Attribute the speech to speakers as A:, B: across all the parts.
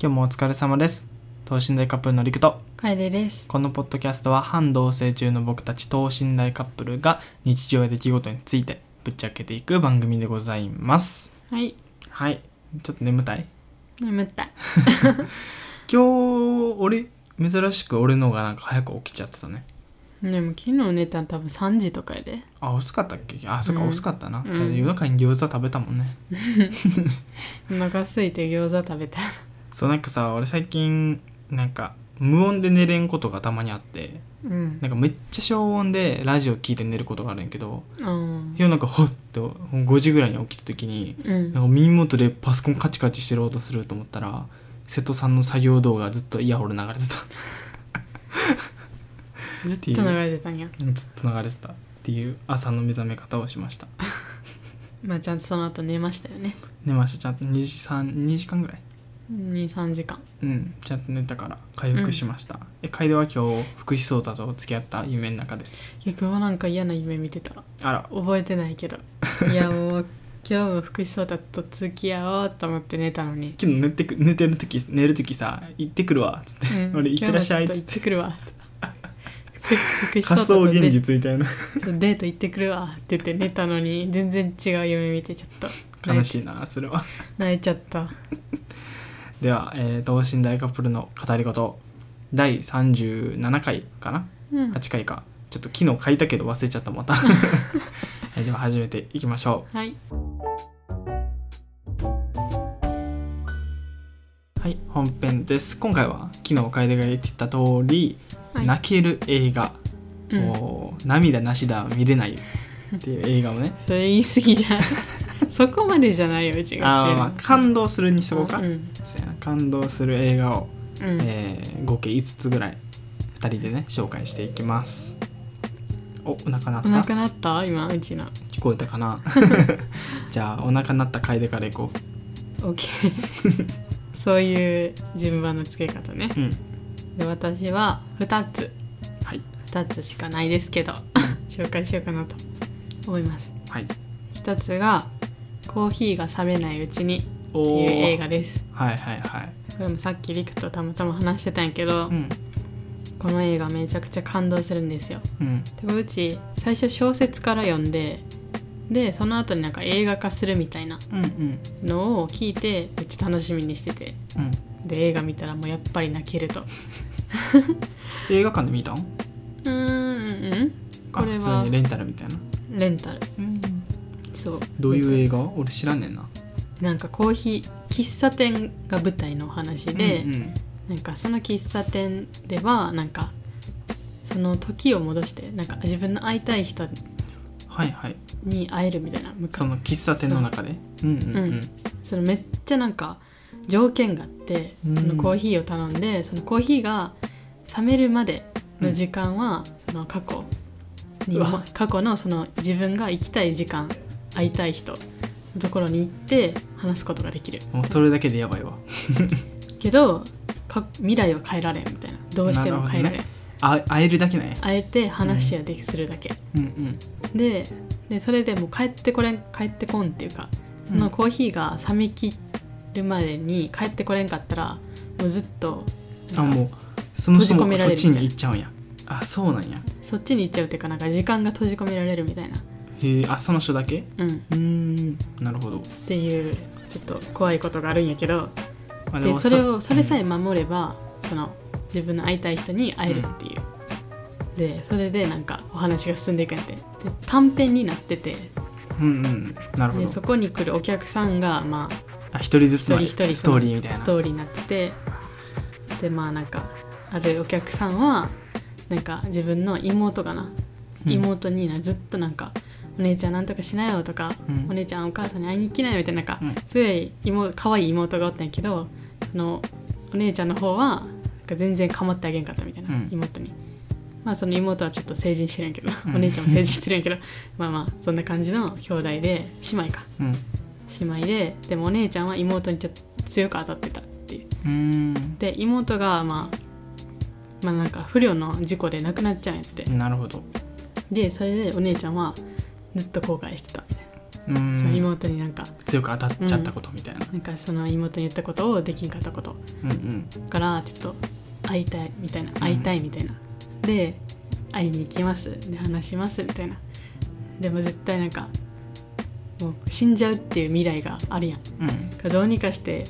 A: 今日もお疲れ様です等身大カップルのりくと
B: 楓です。
A: このポッドキャストは半同棲中の僕たち等身大カップルが日常や出来事についてぶっちゃけていく番組でございます
B: はい、
A: はいちょっと眠たい
B: 眠った。
A: 今日俺珍しく俺の方がなんか早く起きちゃってたね
B: でも昨日寝たの多分3時とかやで。
A: あ遅かったっけあそっか、
B: うん
A: 遅かったな、
B: うん
A: それで夜中に餃子食べたもんね
B: お腹空いて餃子食べた。
A: そうなんかさ俺最近なんか無音で寝れんことがたまにあって
B: うん。
A: なんかめっちゃ小音でラジオ聞いて寝ることがあるんやけど
B: うん。
A: 今日なんかほっと5時ぐらいに起きた時に
B: うん
A: な。んか耳元でパソコンカチカチしてる音すると思ったら瀬戸さんの作業動画ずっとイヤホンで流れてた
B: ずっと流れてたんや。
A: ずっと流れてたっていう朝の目覚め方をしました
B: まあちゃんとその後寝ましたよね。
A: 寝ましたちゃんと2時 ,2 時間ぐらい
B: 2、3時間。
A: うんちゃんと寝たから回復しました、え楓は今日福士蒼太と付き合ってた夢の中で
B: いや、今日なんか嫌な夢見てた。
A: あら
B: 覚えてない けど。いや、もう今日も福士蒼太と付き合おうと思って寝たのに。
A: 昨日寝てく寝てる時寝る時さ「行ってくるわ」っつって
B: う
A: 「
B: ん
A: 俺行ってらっしゃい」っ
B: 今日
A: つ
B: も
A: って
B: ちょと行ってくるわ。福
A: 仮
B: 福士蒼太と
A: 想
B: デ
A: 現実みたいな
B: デート行ってくるわって言って寝たのに全然違う夢見てちょっと
A: 悲しいなそれは
B: 泣いちゃった
A: では、えー等身大カップルの語り事第37回かな
B: うん
A: 8回かちょっと昨日書いたけど忘れちゃった また、はい、では始めていきましょ
B: はい、
A: うはい本編です今回は昨日楓が言ってた通り、
B: はい、
A: 泣ける映画、
B: うん
A: もう涙なしでは見れないっていう映画をね
B: それ言い過ぎじゃん そこまでじゃないようちが
A: あー、
B: 言
A: ま
B: っ
A: あ
B: てるの、
A: 感動するにしとこうか、
B: うん
A: そうやな感動する映画を、
B: うん
A: えー合計5つぐらい2人でね紹介していきますおお腹鳴っ
B: お
A: た
B: 腹なった今うちの
A: 聞こえたか なじゃあお腹鳴った楓からいこ
B: OK そういう順番の付け方ね
A: ううん
B: で私は2つ
A: はい
B: 2つしかないですけど紹介しようかなと思います
A: はい
B: 1つがコーヒーが冷めないうちに
A: お
B: と
A: ー
B: いう映画です
A: はいはいはい
B: これもさっきリクとたまたま話してたんやけど、
A: うん
B: この映画めちゃくちゃ感動するんですよ
A: うん
B: でもうち最初小説から読んででその後になんか映画化するみたいな
A: うんうん
B: のを聞いてめっちゃ楽しみにしてて
A: うん
B: で映画見たらもうやっぱり泣けるとう
A: 映画館で見たん
B: ーんうんうんこ
A: あ
B: れ
A: 普通に
B: は
A: レンタルみたいな、
B: レンタル
A: うん、
B: そう
A: どういう
B: 映
A: 映画俺知らんねんな
B: 画なんかコーヒー喫茶店が舞台のお話で、
A: うんうん
B: なんかその喫茶店ではなんかその時を戻してなんか自分の会いたい人
A: はいはい
B: に会えるみたいな昔
A: その喫茶店の中でうんうんうん
B: それめっちゃなんか条件があって、
A: うん
B: そのコーヒーを頼んでそのコーヒーが冷めるまでの時間は、その過去に
A: うわ
B: 過去のその自分が行きたい時間会いたい人のところに行って話すことができる
A: もうそれだけでやばいわ
B: けどか未来は変えられんみたいなどうしても変えられん、
A: なあ会えるだけなんや
B: 会えて話はできするだけ、
A: うんうん
B: ででそれでもう帰ってこれん帰ってこんっていうかそのコーヒーが冷めきるまでに帰ってこれんかったらもうずっと
A: あ
B: なんか
A: もうその人
B: 閉
A: も
B: じ込めら
A: そ
B: れ
A: っ
B: る
A: ちに行っちゃうんやあそうなんや
B: そっちに行っちゃうっていうかなんか時間が閉じ込められるみたいな、
A: へえあその人だけ
B: うん、っ
A: うーんなるほど
B: ていうちょっと怖いことがあるんやけど
A: あ
B: でそれをそれさ
A: え
B: え守ればその自分の会いたい人に会えるっていう。でそれでなんかお話が進んでいくんやってで短編になってて
A: うんうんなるほ
B: で
A: ど
B: そこに来るお客さんがま
A: あ
B: あ
A: 一人ず
B: 一
A: つ
B: 人
A: の
B: 一人
A: ストーリーみたい
B: ス
A: な
B: トーリーになっててでまあなんかあるお客さんはなんか自分の妹がな、
A: うん
B: 妹になずっとなんか「お姉ちゃんなんとかしなよ」とか、
A: うん
B: お姉ちゃんお母さんに会いに来なよ」みたいななんか、
A: うん
B: すごい妹可愛い妹がおったんやけどそのお姉ちゃんの方はなんか全然構ってあげんかったみたいな、
A: うん
B: 妹に。まあその妹はちょっと成人してるんやけど、
A: うん
B: お姉ちゃんも成人してるんやけどまあまあそんな感じの兄弟で姉妹か
A: うんう
B: 姉妹ででもお姉ちゃんは妹にちょっと強く当たってたっていう
A: ーん
B: で妹がまあまあなんか不慮の事故で亡くなっちゃうんやって
A: なるほど
B: でそれでお姉ちゃんはずっと後悔してたみたいな
A: うん
B: その妹になんか
A: 強く当たっちゃったことみたいな、
B: なんかその妹に言ったことをできんかったこと
A: うんうん、
B: だからちょっと会いたいみたいな会いたいみたいな、で会いに行きますで話しますみたいなでも絶対なんかもう死んじゃうっていう未来があるやんだ
A: うん
B: からどうにかして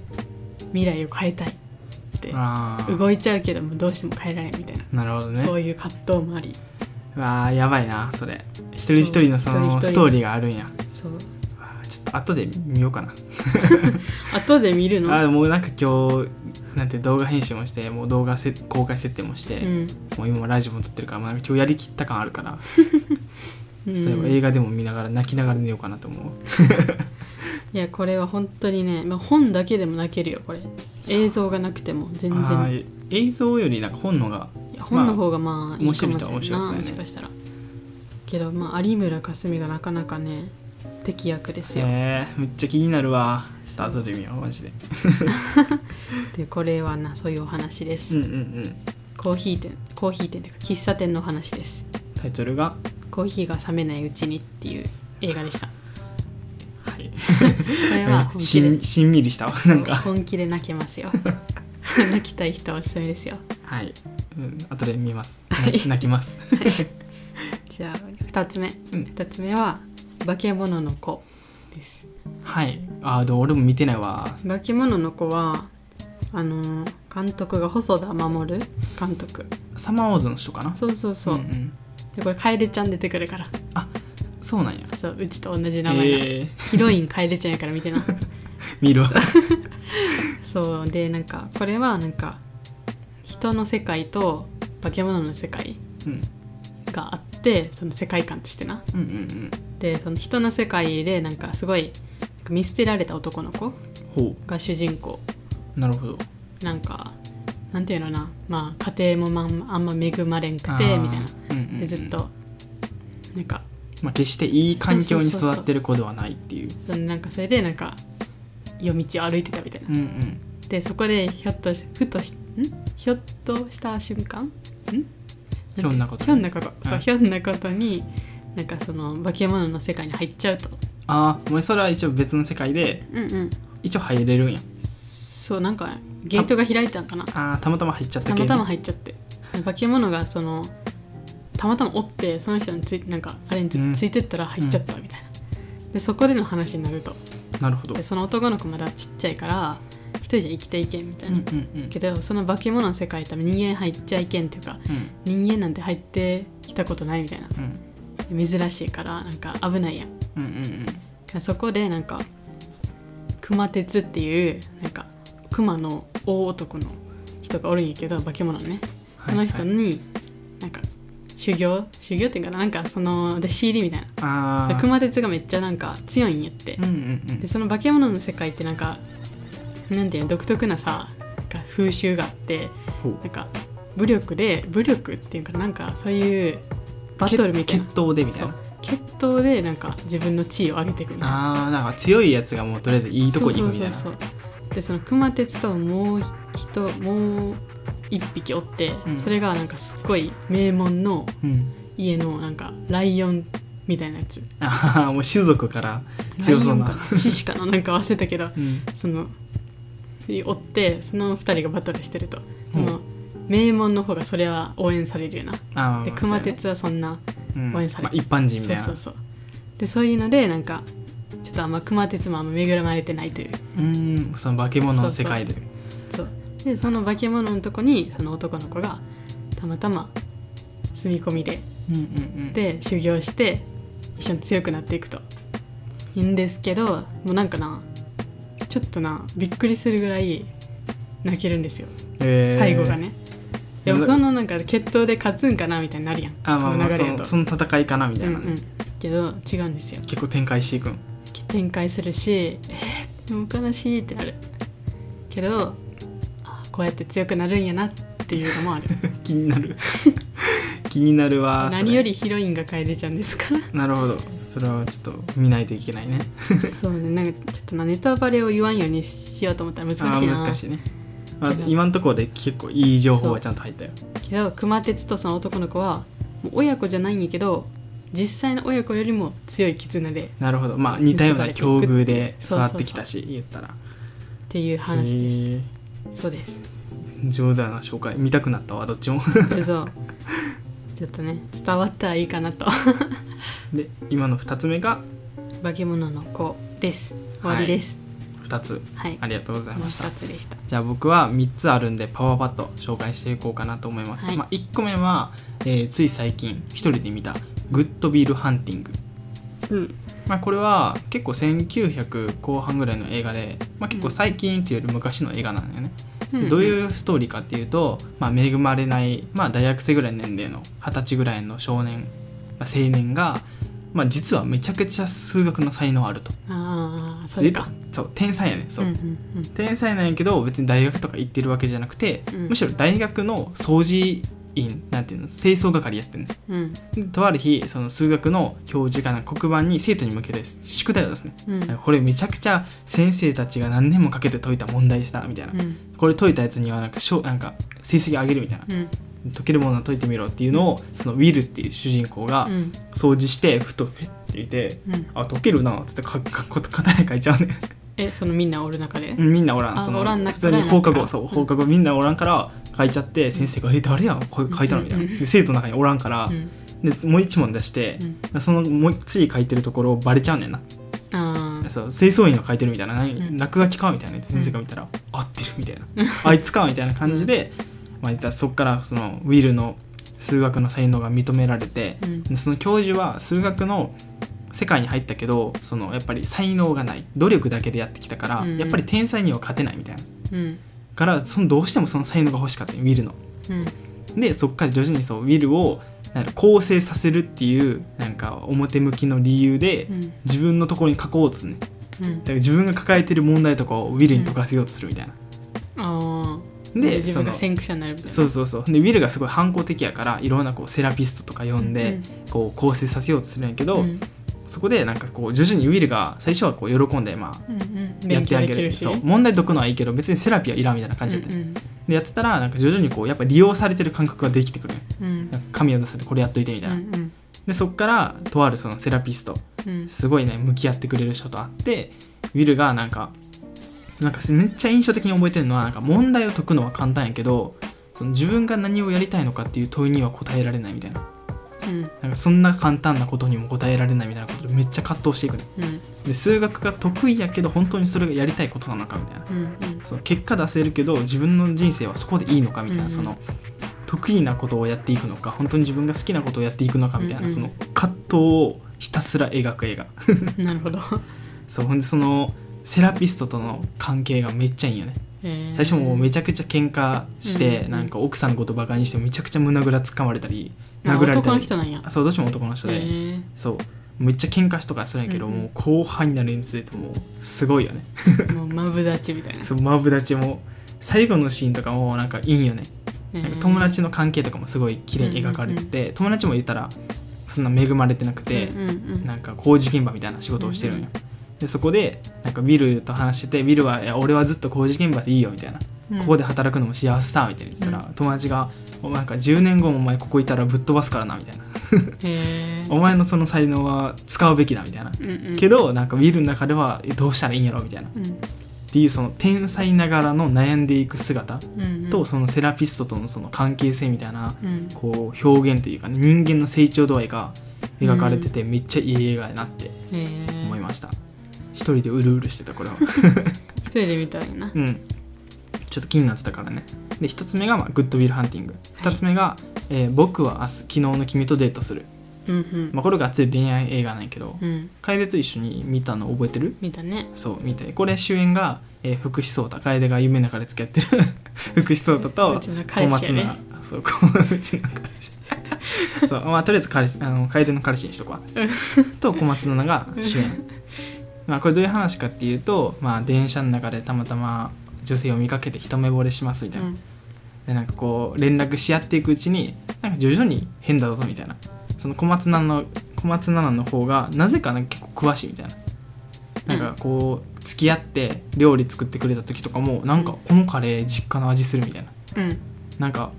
B: 未来を変えたいって
A: ああ
B: 動いちゃうけどもどうしても変えられんみたい
A: な
B: な、
A: るほどね
B: そういう葛藤もあり
A: わあやばいなそれ一人一人のそ
B: 一人一
A: の
B: 人
A: ストーリーがあるんや
B: そう
A: わあちょっと後で見ようかな
B: 後で見るの
A: あーもうなんか今日なんて動画編集もしてもう動画せ公開設定もして、
B: うん
A: もう今もラジオも撮ってるから、まあ、今日やりきった感あるから、
B: う
A: そういえば
B: ん、
A: 映
B: い
A: 画でも見ながら泣きながら寝ようかなと思う
B: やこれは本当にね、まあ、本だけでも泣けるよこれ映像がなくても全
A: あ
B: 然
A: ー映像よりなんか本能が
B: いや本の方がまあいいかもしれん
A: 面
B: な、
A: 白い人は面白い
B: も
A: です
B: し
A: よね
B: かしたらけどまあ有村架純がなかなかね敵役ですよ、
A: えー、めっちゃ気になるわちょっと後で見ようマジで
B: でこれはなそういうお話で
A: う
B: す、
A: んうんうん
B: コーヒー店コーヒー店というか喫茶店のお話です
A: タイトルが
B: コーヒーが冷めないうちにっていう映画でしたこ
A: はい
B: れは 本
A: し
B: 気で
A: んしんみりしたわなんか
B: 本気で泣けま すよ泣きたい人はおすすめですよ
A: はい、うん、後で見ます泣泣きます
B: じゃあ2つ目、
A: う
B: 二
A: ん
B: つ目は「化け物の子」です
A: はいあーでも俺も見てないわ
B: 化け物の子はあのー監督が細田守監督
A: サマーウォーズの人かな
B: そうそうそ
A: ん
B: う、
A: ん
B: でこれ楓ちゃん出てくるから
A: そうなんや
B: そううちと同じ名前が、
A: えー、
B: ヒロイン楓ちゃんやから見 てな
A: 見るわ
B: そうでなんかこれはなんか人の世界と化け物の世界
A: うん
B: があってその世界観としてな
A: うんうん
B: でその人の世界でなんかすごい見捨てられた男の子
A: うんほ
B: が主人公
A: うなるほど
B: なんかなんていうのなまあ家庭もまんあんま恵まれんくてみたいな、
A: あーうんうんうん
B: でずっとなんか
A: まあ、決していい環境に
B: そうそうそう
A: 座
B: そう
A: ってる子ではないっていう
B: そのなんかそれでなんか夜道を歩いてたみたいな、
A: うんうん
B: でそこでひょっとしふとしんひょっとした瞬間ん
A: ひょんなこと
B: ひょんなことそううんひょんなことになんかその化け物の世界に入っちゃうと
A: ああもうそれは一応別の世界で
B: うんうん
A: 一応入れるんや
B: そうなんかゲートが開いたんかな
A: ああたまたま入っちゃった
B: た
A: け
B: ま
A: ど
B: たま入っちゃって化け物がそのたまたま追ってその人についなんかあれにつ,、
A: うん
B: ついてったら入っちゃったみたいな、でそこでの話になると
A: なるほど
B: でその男の子まだちっちゃいから一人じゃ生きていけんみた
A: う
B: い
A: んう
B: な、
A: んうん
B: けどその化け物の世界多分人間入っちゃいけんっていうか
A: うん
B: 人間なんて入ってきたことないみたいな
A: うん
B: 珍しいからなんか危ないやん
A: うんうん
B: そこでなんか熊鉄っていうなんか熊の大男の人がおるんやけど化け物ね
A: はい
B: その人になんか修行修行っていうかななんかその弟子入りみたい
A: あ
B: な
A: あ
B: 熊鉄がめっちゃなんか強いんやって
A: うんうんうん
B: でその化け物の世界ってなんかなんていうの独特なさなんか風習があって
A: ほう
B: なんか武力で武力っていうかなんかそういうバトルみたい
A: 決
B: な
A: 決闘でみた
B: そ
A: いうな
B: 決闘でなんか自分の地位を上げていくみたいな
A: ああなんか強いやつがもうとりあえずいいとこに行くみたいな
B: そうそうそうそうでその熊鉄ともう人もう一匹おって、
A: うん
B: それがなんかすっごい名門の
A: うん
B: 家のなんかライオンみたいなやつ
A: ああもう種族から強そう
B: ライ
A: な
B: オンかな獅子かななんか忘れたけど
A: うん
B: その追ってその二人がバトルしてると、
A: うん
B: もう名門の方がそれは応援されるよな
A: あ
B: で
A: あ
B: 熊鉄はそんな応援され
A: まあ、
B: る
A: 一般人み
B: そ
A: たいうな
B: そうそうでそういうのでなんかちょっとあんま熊鉄もあんま恵まれてないという
A: うーんその化け物の世界で
B: そうでその化け物のとこにその男の子がたまたま住み込みで
A: うんうんうん
B: で修行して一緒に強くなっていくといいんですけどもうなんかなちょっとなびっくりするぐらい泣けるんですよ、
A: えー
B: 最後がねでも
A: な
B: そのなんか決闘で勝つんかなみたいになるやん
A: あまあまあ
B: この
A: そ
B: 流れやと
A: のその戦いかなみたいなね、
B: うんうんけど違うんですよ
A: 結構展開していくん
B: 展開するしえー、でも悲しいってなるけどあこうやって強くなるんやなっていうの もある
A: 気になる気になるわそれ
B: 何よりヒロインが楓ちゃんですか
A: な
B: ら
A: るほどそれはちょっと見ないといけないね
B: そうねなんかちょっとなネタバレを言わんようにしようと思ったら難しいな
A: あー難しいね、まあ
B: けど、
A: 今のところで結構いい情報がちゃんと入ったよ
B: けど熊徹とその男の子はもう親子じゃないんやけど実際の親子よりも強い絆でっ
A: なるほどまあ似たような境遇で
B: そう
A: 育
B: そうそう
A: ってきたし言ったら
B: ていう話です
A: へえ
B: そう です
A: 上手だな紹介見たくなったわどっちも
B: そうちょっとね伝わったらいいかなと
A: で今の2つ目が
B: 化け物の子です終わりです
A: 2つ
B: はい、
A: ありがとうござい
B: もう
A: ました
B: 2つでした
A: じゃあ僕は3つあるんでパワーパッド紹介していこうかなと思います、
B: はい
A: まあ、1個目は、えーつい最近一人で見た「グッドビールハンティング」
B: うん
A: まあ、これは結構1900後半ぐらいの映画で、まあ、結構最近っていうより昔の映画なんだよね、でどう
B: う
A: いうストーリーかっていうと、まあ、恵まれない、まあ、大学生ぐらいの年齢の二十歳ぐらいの少年、まあ、青年が、まあ、実はめちゃくちゃ数学の才能あると
B: んああそうか
A: そう天才やねそう、
B: んうん
A: 天才なんやけど別に大学とか行ってるわけじゃなくて、
B: うん
A: むしろ大学の掃除員なんていうの清掃係やってるの
B: うん
A: でとある日その数学の教授かな黒板に生徒に向けて宿題を出すね、
B: うんうん
A: これめちゃくちゃ先生たちが何年もかけて解いた問題したみたいな、
B: うん
A: これ解いたやつにはなんかしょなんか成績上げるみたいな、
B: うん
A: 解けるものは解いてみろっていうのをそのウィルっていう主人公が
B: うん
A: 掃除してふとペッて見て
B: うん
A: 「あ解けるな」っつってかかか答え書いちゃうね
B: えそのみんなおる中で
A: うんみんなおらん
B: あ
A: その
B: おらんな
A: 普通に放課後
B: そ
A: そうう
B: やな
A: 放課後みんなおらんから書いちゃって先生が「え誰やんこれ書いたの?」みたいな
B: うんうん
A: で生徒の中におらんから
B: うん
A: でもう一問出してそのもう次書いてるところバレちゃうねんな
B: ああ
A: そう清掃員が書いてるみたいな何
B: うん
A: 落書きかみたいな先生が見たら、合ってるみたいなあいつかみたいな感じで、まあ、言ったらそこからそのウィルの数学の才能が認められて、
B: うん
A: でその教授は数学の世界に入ったけどそのやっぱり才能がない努力だけでやってきたから、
B: うん
A: やっぱり天才には勝てないみたいな
B: うん
A: からそのどうしてもその才能が欲しかったよウィルの。
B: うん
A: でそこから徐々にそうウィルをなんか構成させるっていうなんか表向きの理由で、
B: うん
A: 自分のところに書こうっつってね
B: うん
A: だから自分が抱えてる問題とかをウィルに解かせようとするみたいな。
B: ああ
A: で
B: 自
A: そ
B: 分が
A: の
B: 先駆者になるみたいな
A: そうそうそうでウィルがすごい反抗的やからいろんなこうセラピストとか呼んで、
B: うん
A: こう構成させようとするんやけど、
B: うん
A: そこでなんかこう徐々にウィルが最初はこう喜んでま
B: うんうん
A: あやっ
B: 勉
A: て
B: 強
A: あ
B: で
A: げ
B: き
A: る
B: るし
A: そう
B: ね
A: 問題解くのはいいけど別にセラピーはいらんみたいな感じで,、でやってたらなんか徐々にこうやっぱ利用されてる感覚ができてくる
B: うんうん
A: なんか神を出せてこれやっといてみたいな、
B: うんうん
A: でそっからとあるそのセラピスト
B: うん
A: すごいね向き合ってくれる人と会ってウィルがなんかなんかめっちゃ印象的に覚えてるのはなんか問題を解くのは簡単やけどその自分が何をやりたいのかっていう問いには答えられないみたいな
B: うん
A: なんかそんな簡単なことにも答えられないみたいなことでめっちゃ葛藤していくね
B: うん
A: で数学が得意やけど本当にそれがやりたいことなのかみたいな
B: うんうん
A: その結果出せるけど自分の人生はそこでいいのかみたいな、
B: うん
A: その得意なことをやっていくのか本当に自分が好きなことをやっていくのかみたいな、
B: うんうん
A: その葛藤をひたすら描く映画
B: なるほど。
A: そうほんでそのセラピストとの関係がめっちゃいいよね
B: 最
A: 最初もうめちゃくちゃ喧嘩して、
B: うん
A: なんか奥さんのことバカにしてめちゃくちゃ胸ぐらつかまれたり
B: あ
A: 殴られ
B: 男
A: た
B: の
A: り
B: 人なんや。
A: あそうどっちも男の人
B: へ
A: で、
B: ー
A: そうめっちゃ喧嘩しとかするんやけど、
B: うんうん
A: もう後半になるにつれてもうすごいよね
B: もうマブダチみたいな。
A: そうマブダチも最後のシーンとかもなんかいいよね、
B: へー
A: なんか友達の関係とかもすごい綺麗に描かれてて、友達も言ったらそんな恵まれてなくて、
B: うんうん
A: なんか工事現場みたいな仕事をしてるんよ、でそこでなんかビルと話しててビルはいや俺はずっと工事現場でいいよみたいな、
B: うん
A: ここで働くのも幸せさみたいに言ってたら、
B: う
A: 友達が「おなんか10年後もお前ここいたらぶっ飛ばすからな」みたいな
B: へ
A: 「
B: ー
A: お前のその才能は使うべきだ」みたいな、
B: うんうん
A: けどなんかビルの中ではえどうしたらいいんやろみたいなっ
B: うん
A: ていうその天才ながらの悩んでいく姿
B: うんうん
A: とそのセラピストとのその関係性みたいな
B: うん
A: こう表現というかね人間の成長度合いが描かれててめっちゃいい映画になって
B: へー
A: 思いました、一人でうるうるしてたこ れは
B: 一人で見たらいいな。
A: うんちょっと気になってたからねで一つ目が、まあ、グッドウィルハンティング二つ目が、えー僕は明日昨日の君とデートする」
B: うんうん
A: まあ、これがっつり恋愛映画なんやけど、
B: うん
A: 楓と一緒に見たの覚えてる
B: 見たね。
A: そう見てこれ主演が、えー福士蒼汰楓が夢の中で付き合ってる 福士蒼汰と
B: うちの
A: 小
B: 彼氏
A: 松
B: や
A: 菜
B: ね。
A: そうこううちの彼氏そうまあとりあえず彼氏あの楓の彼氏にしとこわと小松菜奈が主演まあこれどういう話かっていうとまあ電車の中でたまたま女性を見かけて一目惚れしますみたいな、
B: うん
A: でなんかこう連絡し合っていくうちになんか徐々に変だぞみたいなその小松菜の小松菜奈の方がなぜかなんか結構詳しいみたいななんかこう付き合って料理作ってくれた時とかもなんかこのカレー実家の味するみたいな
B: うん
A: なんか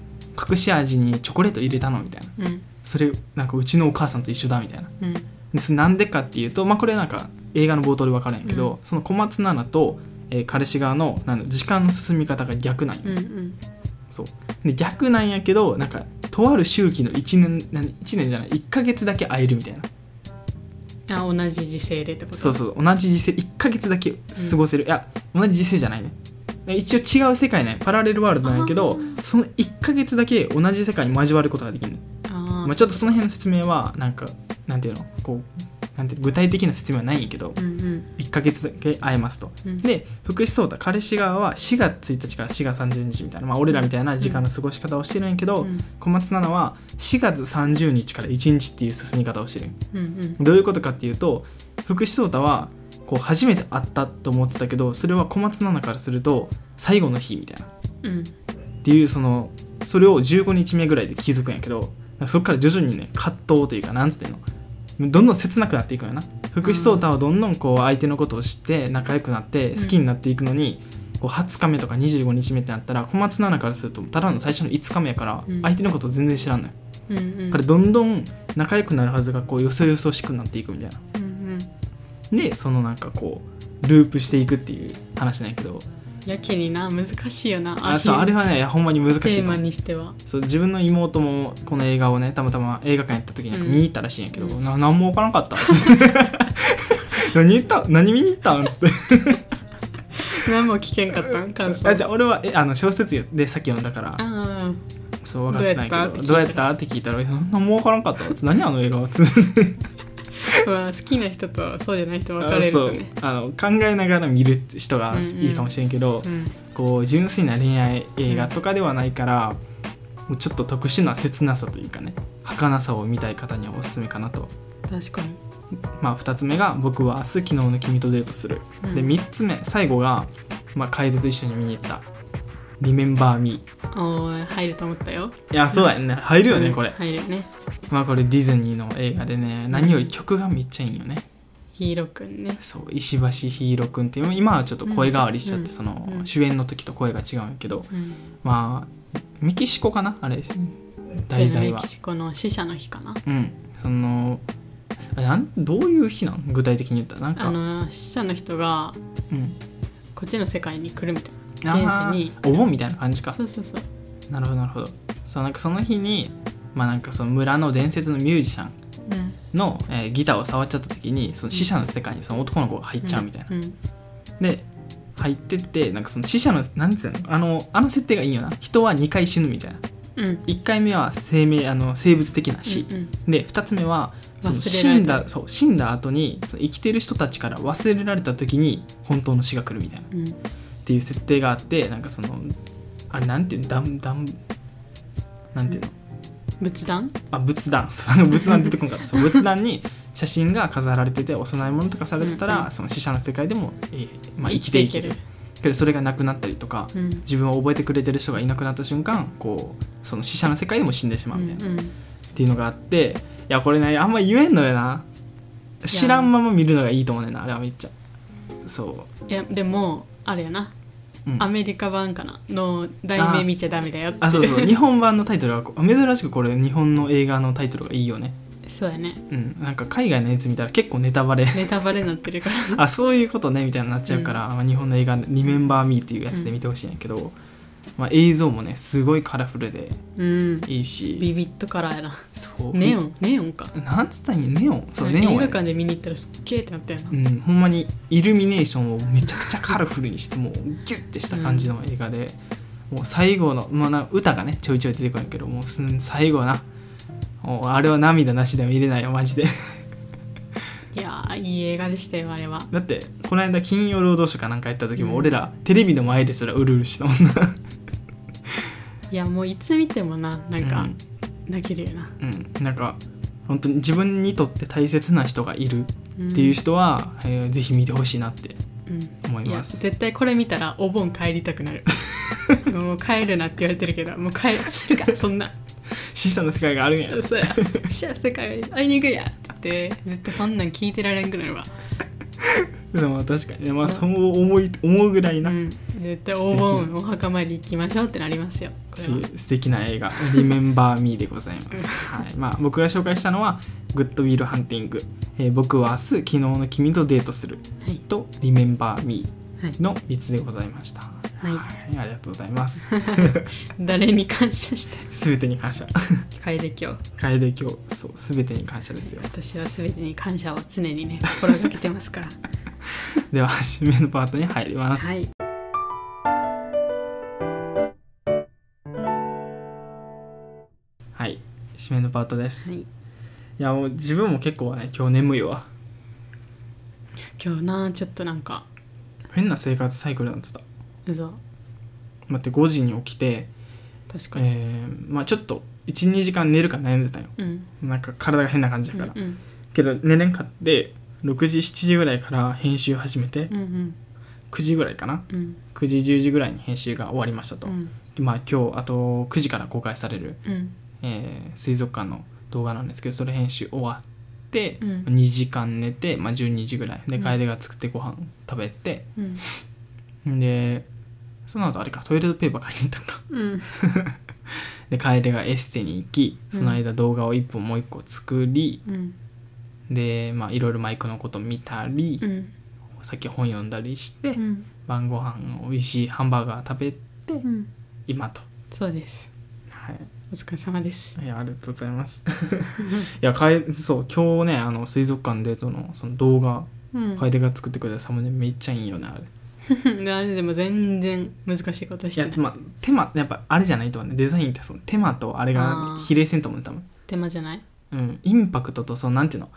A: 隠し味にチョコレート入れたのみたいな
B: うん
A: それなんかうちのお母さんと一緒だみたいな
B: うん
A: でそれなんでかっていうと、まあ、これなんか映画の冒頭で分かるんやけど、その小松菜奈と、えー彼氏側のなんだろう時間の進み方が逆なんよ、
B: うんうん
A: そうで逆なんやけどなんかとある周期の1年何1年じゃない1ヶ月だけ会えるみたいな
B: あ同じ時勢でってこと
A: そうそう同じ時世1ヶ月だけ過ごせる、いや同じ時世じゃないね一応違う世界ねパラレルワールドなんやけ
B: あ
A: ど
B: ー
A: その1ヶ月だけ同じ世界に交わることができるの
B: あー、
A: まあ、ちょっとその辺の説明はなんかなんていうのこうなんて具体的な説明はないんやけど
B: うんうん
A: 1ヶ月だけ会えますと
B: うん
A: で福士蒼太彼氏側は4月1日から4月30日みたいな、まあ、俺らみたいな時間の過ごし方をしてるんやけど、
B: うん
A: 小松菜奈は4月30日から1日っていう進み方をしてるんよ
B: うん
A: どういうことかっていうと福士蒼太はこう初めて会ったと思ってたけどそれは小松菜奈からすると最後の日みたいなっ
B: うんうん
A: ていうそのそれを15日目ぐらいで気づくんやけどなんかそこから徐々にね葛藤というかなんつってんのどんどん切なくなっていくんやな福士蒼太はどんどんこう相手のことを知って仲良くなって好きになっていくのに、こう20日目とか25日目ってなったら小松菜奈からするとただの最初の5日目やから
B: うん
A: 相手のことを全然知らんのよ、
B: うんうんうん
A: だからどんどん仲良くなるはずがこうよそよそしくなっていくみたいな
B: うんうん
A: でそのなんかこうループしていくっていう話なんやけど
B: やけにな難しいよな
A: あそうあれはねいやほんまに難し
B: テ
A: い
B: ー
A: と
B: マ
A: 思う
B: にしては
A: そう自分の妹もこの映画をねたまたま映画館やった時になんか
B: うん
A: 見に行ったらしいんやけど、
B: うん
A: な何も分からん かった何言った何見に行ったんつって
B: 何も聞けんかったん感想
A: あじゃあ俺はえあの小説でさっき読んだから
B: あ
A: そう分かってないけどど
B: ど
A: う
B: う
A: や
B: や
A: っ
B: った
A: って聞いたら「何も分からんかった」つって何あの映画は」つって
B: あまあ好きな人とそうじゃない人分かれるとね
A: あそうあの考えながら見る人がいいかもしれんけど、
B: うん
A: こう純粋な恋愛映画とかではないから、もうちょっと特殊な切なさというかね儚さを見たい方にはおすすめかなと、
B: 確かに
A: まあ、2つ目が「僕は明日昨日の君とデートする」
B: うん
A: で3つ目最後が、まあ、楓と一緒に見に行った「Remember Me
B: おー入ると思ったよ」
A: いやそうだよね入るよねこれ、
B: 入るね
A: まあこれディズニーの映画でね何より曲がめっちゃいいんよね
B: ヒーローくんね
A: そう石橋ひいろくんっていう今はちょっと声変わりしちゃって、
B: うん
A: その
B: うん
A: 主演の時と声が違うんやけど
B: うん
A: まあメキシコかなあれ題
B: それ
A: 材
B: メ
A: は
B: キシコの死者の日かな
A: うんそのあなんどういう日なん具体的に言ったらなんか
B: あの死者の人が
A: うん、
B: こっちの世界に来るみたい
A: あー
B: 現世に
A: お盆みたいな感じ
B: な
A: か
B: そうそうそう
A: なるほどなるほどそうなんかその日にまあなんかその村の伝説のミュージシャン
B: うん
A: の、えーギターを触っちゃった時にその死者の世界にその男の子が入っちゃうみたいな、
B: うん
A: で入ってってなんかその死者のなんつうのあのあの設定がいいよな人は2回死ぬみたいな
B: うん
A: 1回目は生命あの生物的な死、
B: うん
A: で2つ目はその
B: 忘
A: 死
B: れられ
A: ん
B: た
A: だそう死んだ後にその生きてる人たちから忘れられた時に本当の死が来るみたいなっ
B: うんうん
A: ていう設定があってなんかそのあれなんていうのだんだんなんていうの
B: 仏壇
A: あ仏壇 そう仏壇出てこなかったそう仏壇に写真が飾られててお供え物とかされてたら、
B: うんう
A: その死者の世界でも、えーまあ、生きていけるけどそれがなくなったりとか、
B: うん
A: 自分を覚えてくれてる人がいなくなった瞬間こうその死者の世界でも死んでしまうみたいな、
B: うんうん
A: っていうのがあっていやこれねあんま言えんのよな知らんまま見るのがいいと思うねんなあれはめっちゃそ
B: いやでもあれやな
A: う、うん
B: アメリカ版かなの題名見ちゃダメだよって
A: あそうそう日本版のタイトルはこう珍しくこれ日本の映画のタイトルがいいよね
B: そうやね
A: うんなんか海外のやつ見たら結構ネタバレ
B: ネタバレになってるから
A: あそういうことねみたいになっちゃうから、まあ、日本の映画「リメンバー・ミー」っていうやつで見てほしいんやけど、まあ、映像もねすごいカラフルで
B: うん
A: いいし
B: ビビッとカラーやな
A: そう
B: ネオンネオンか
A: なんつったんやネオンそうネオンや
B: 映画
A: ね
B: 館で見に行ったらすっげーってなったよな
A: うん、ほんまにイルミネーションをめちゃくちゃカラフルにしてもうギュッてした感じの映画で、もう最後の、まあ、な歌がねちょいちょい出てくるんやけどもうすん最後なもうあれは涙なしでは見れないよマジで
B: いやーいい映画でしたよあれは
A: だってこの間金曜ロードショーかなんかやった時も、
B: うん
A: 俺らテレビの前ですらうるうるしたもんな
B: いやもういつ見てもななん
A: う
B: か
A: ん
B: 泣けるよな、
A: うん、 なんか本当に自分にとって大切な人がいる
B: ん
A: っていう人は、えーぜひ見てほしいなって
B: うん
A: 思い
B: いや
A: ます
B: 絶対これ見たらお盆帰りた くなるもう帰るなって言われてるけどもう帰る知るかそんな
A: 死者の世界があるんや
B: 嘘やシャ世界会いに行くやって言ってずっとそんなん聞いてられんくなるわ
A: でも確かにねまあそう思い思うぐらいな、
B: うん、絶対大盆お墓参り行きましょうってなりますよこれは
A: 素敵な映 画「Remember Me」でございます、はいまあ、僕が紹介したのは「グッドウィルハンティング」えー僕は明日昨日の君とデートする」
B: はい
A: と「Remember Me
B: はい」
A: の3つでございました
B: い
A: いありがとうございます
B: 誰に感謝したい
A: 全てに感謝
B: 楓今日
A: 楓今日そう全てに感謝ですよ
B: 私は全てに感謝を常にね心がけてま すから
A: では初めのパートに入ります、
B: はい
A: はい締めのパートです、、
B: はいい
A: やもう自分も結構ね今日眠いわ
B: 今日なちょっとなんか
A: 変な生活サイクルになってた
B: 嘘
A: 待って5時に起きて、
B: 確かに、
A: えーまあちょっと12時間寝るか悩んでたよ
B: うん
A: なんか体が変な感じだ
B: うんう
A: から、
B: ん
A: けど寝れんかって6時7時ぐらいから編集始めて、
B: うんうん
A: 9時ぐらいかな
B: うん
A: 9時10時ぐらいに編集が終わりましたと、
B: うん
A: でまあ今日あと9時から公開される、
B: うん
A: えー水族館の動画なんですけどそれ編集終わって、
B: うん
A: 2時間寝て、まあ、12時ぐらいで
B: うん
A: 楓が作ってご飯食べて、
B: うん
A: でその後あれかトイレットペーパー買いに行ったんか
B: うん
A: で楓がエステに行きその間動画を1本もう1個作り、
B: うん
A: でまあいろいろマイクのこと見たり、
B: うん
A: さっき本読んだりして、
B: うん
A: 晩ご飯美味しいハンバーガー食べて
B: うん
A: 今と、
B: そうです
A: は
B: お疲れ様です
A: い、いやありがとうございます いやかえそう今日ねあの水族館デートのその動画
B: うん
A: 楓が作ってくれたサムネめっちゃいいよねあれい
B: であれでも全然難しいことして
A: や
B: ない
A: つま手間やっぱあれじゃないとねデザインってその手間とあれ
B: あ
A: が
B: ー
A: 比例せんと思う多分
B: 手間じゃない
A: うんインパクトとそのなんていうの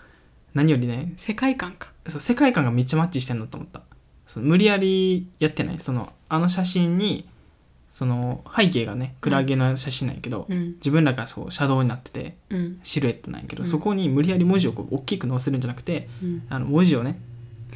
A: 何よりね
B: 世界観か
A: そう世界観がめっちゃマッチしてんだと思ったその無理やりやってないそのあの写真にその背景がねクラゲの写真なんやけど、
B: うん
A: 自分らがそうシャドウになってて
B: うん
A: シルエットなんやけど、
B: うん
A: そこに無理やり文字をこう大きく載せるんじゃなくて
B: うん
A: あの文字をね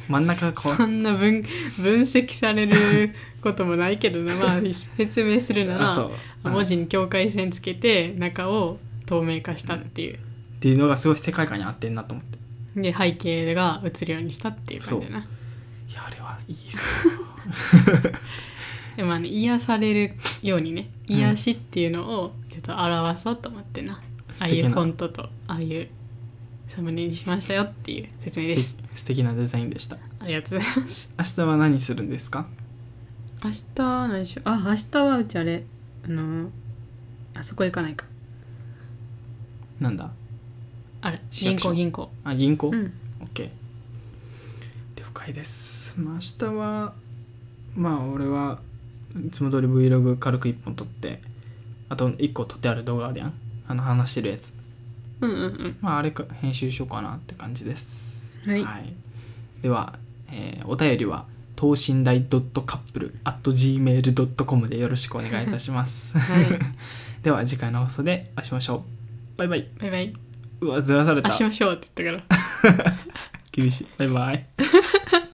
A: 真ん中 こ
B: そ
A: うん
B: な分分析されることもないけどな、まあ、説明するな
A: あそう
B: ら、文字に境界線つけて中を透明化したっていう、
A: っていうのがすごい世界観に合ってんなと思って
B: で背景が映るようにしたっていう感じだない
A: やあれはいいっす
B: でまあね癒されるようにね
A: うん
B: 癒しっていうのをちょっと表そうと思ってな、ああい
A: 素敵
B: う
A: な
B: フォントとああいうサムネにしましたよっていう説明です
A: 素敵なデザインでした
B: ありがとうございます
A: 明日は何するんですか
B: 明日何しようあ明日はうちあれあのーあそこ行かないか
A: なんだ
B: あれ
A: 市
B: 銀
A: 役
B: 行
A: 所
B: 銀行
A: あ銀行、
B: うん
A: オッケー了解です、まあ、明日はまあ俺はいつも通り Vlog 軽く1本撮ってあと1個撮ってある動画あるやんあの話してるやつ
B: うんうん
A: まああれか編集しようかなって感じです
B: うんはい、
A: では、えーお便りは等身大 .couple.gmail.com でよろしくお願いいたします、
B: はい、
A: では次回の放送でお会いしましょうバイバイ
B: バイバイ
A: うわずらされた
B: あしましょうって言ったから
A: 厳しいバイバイ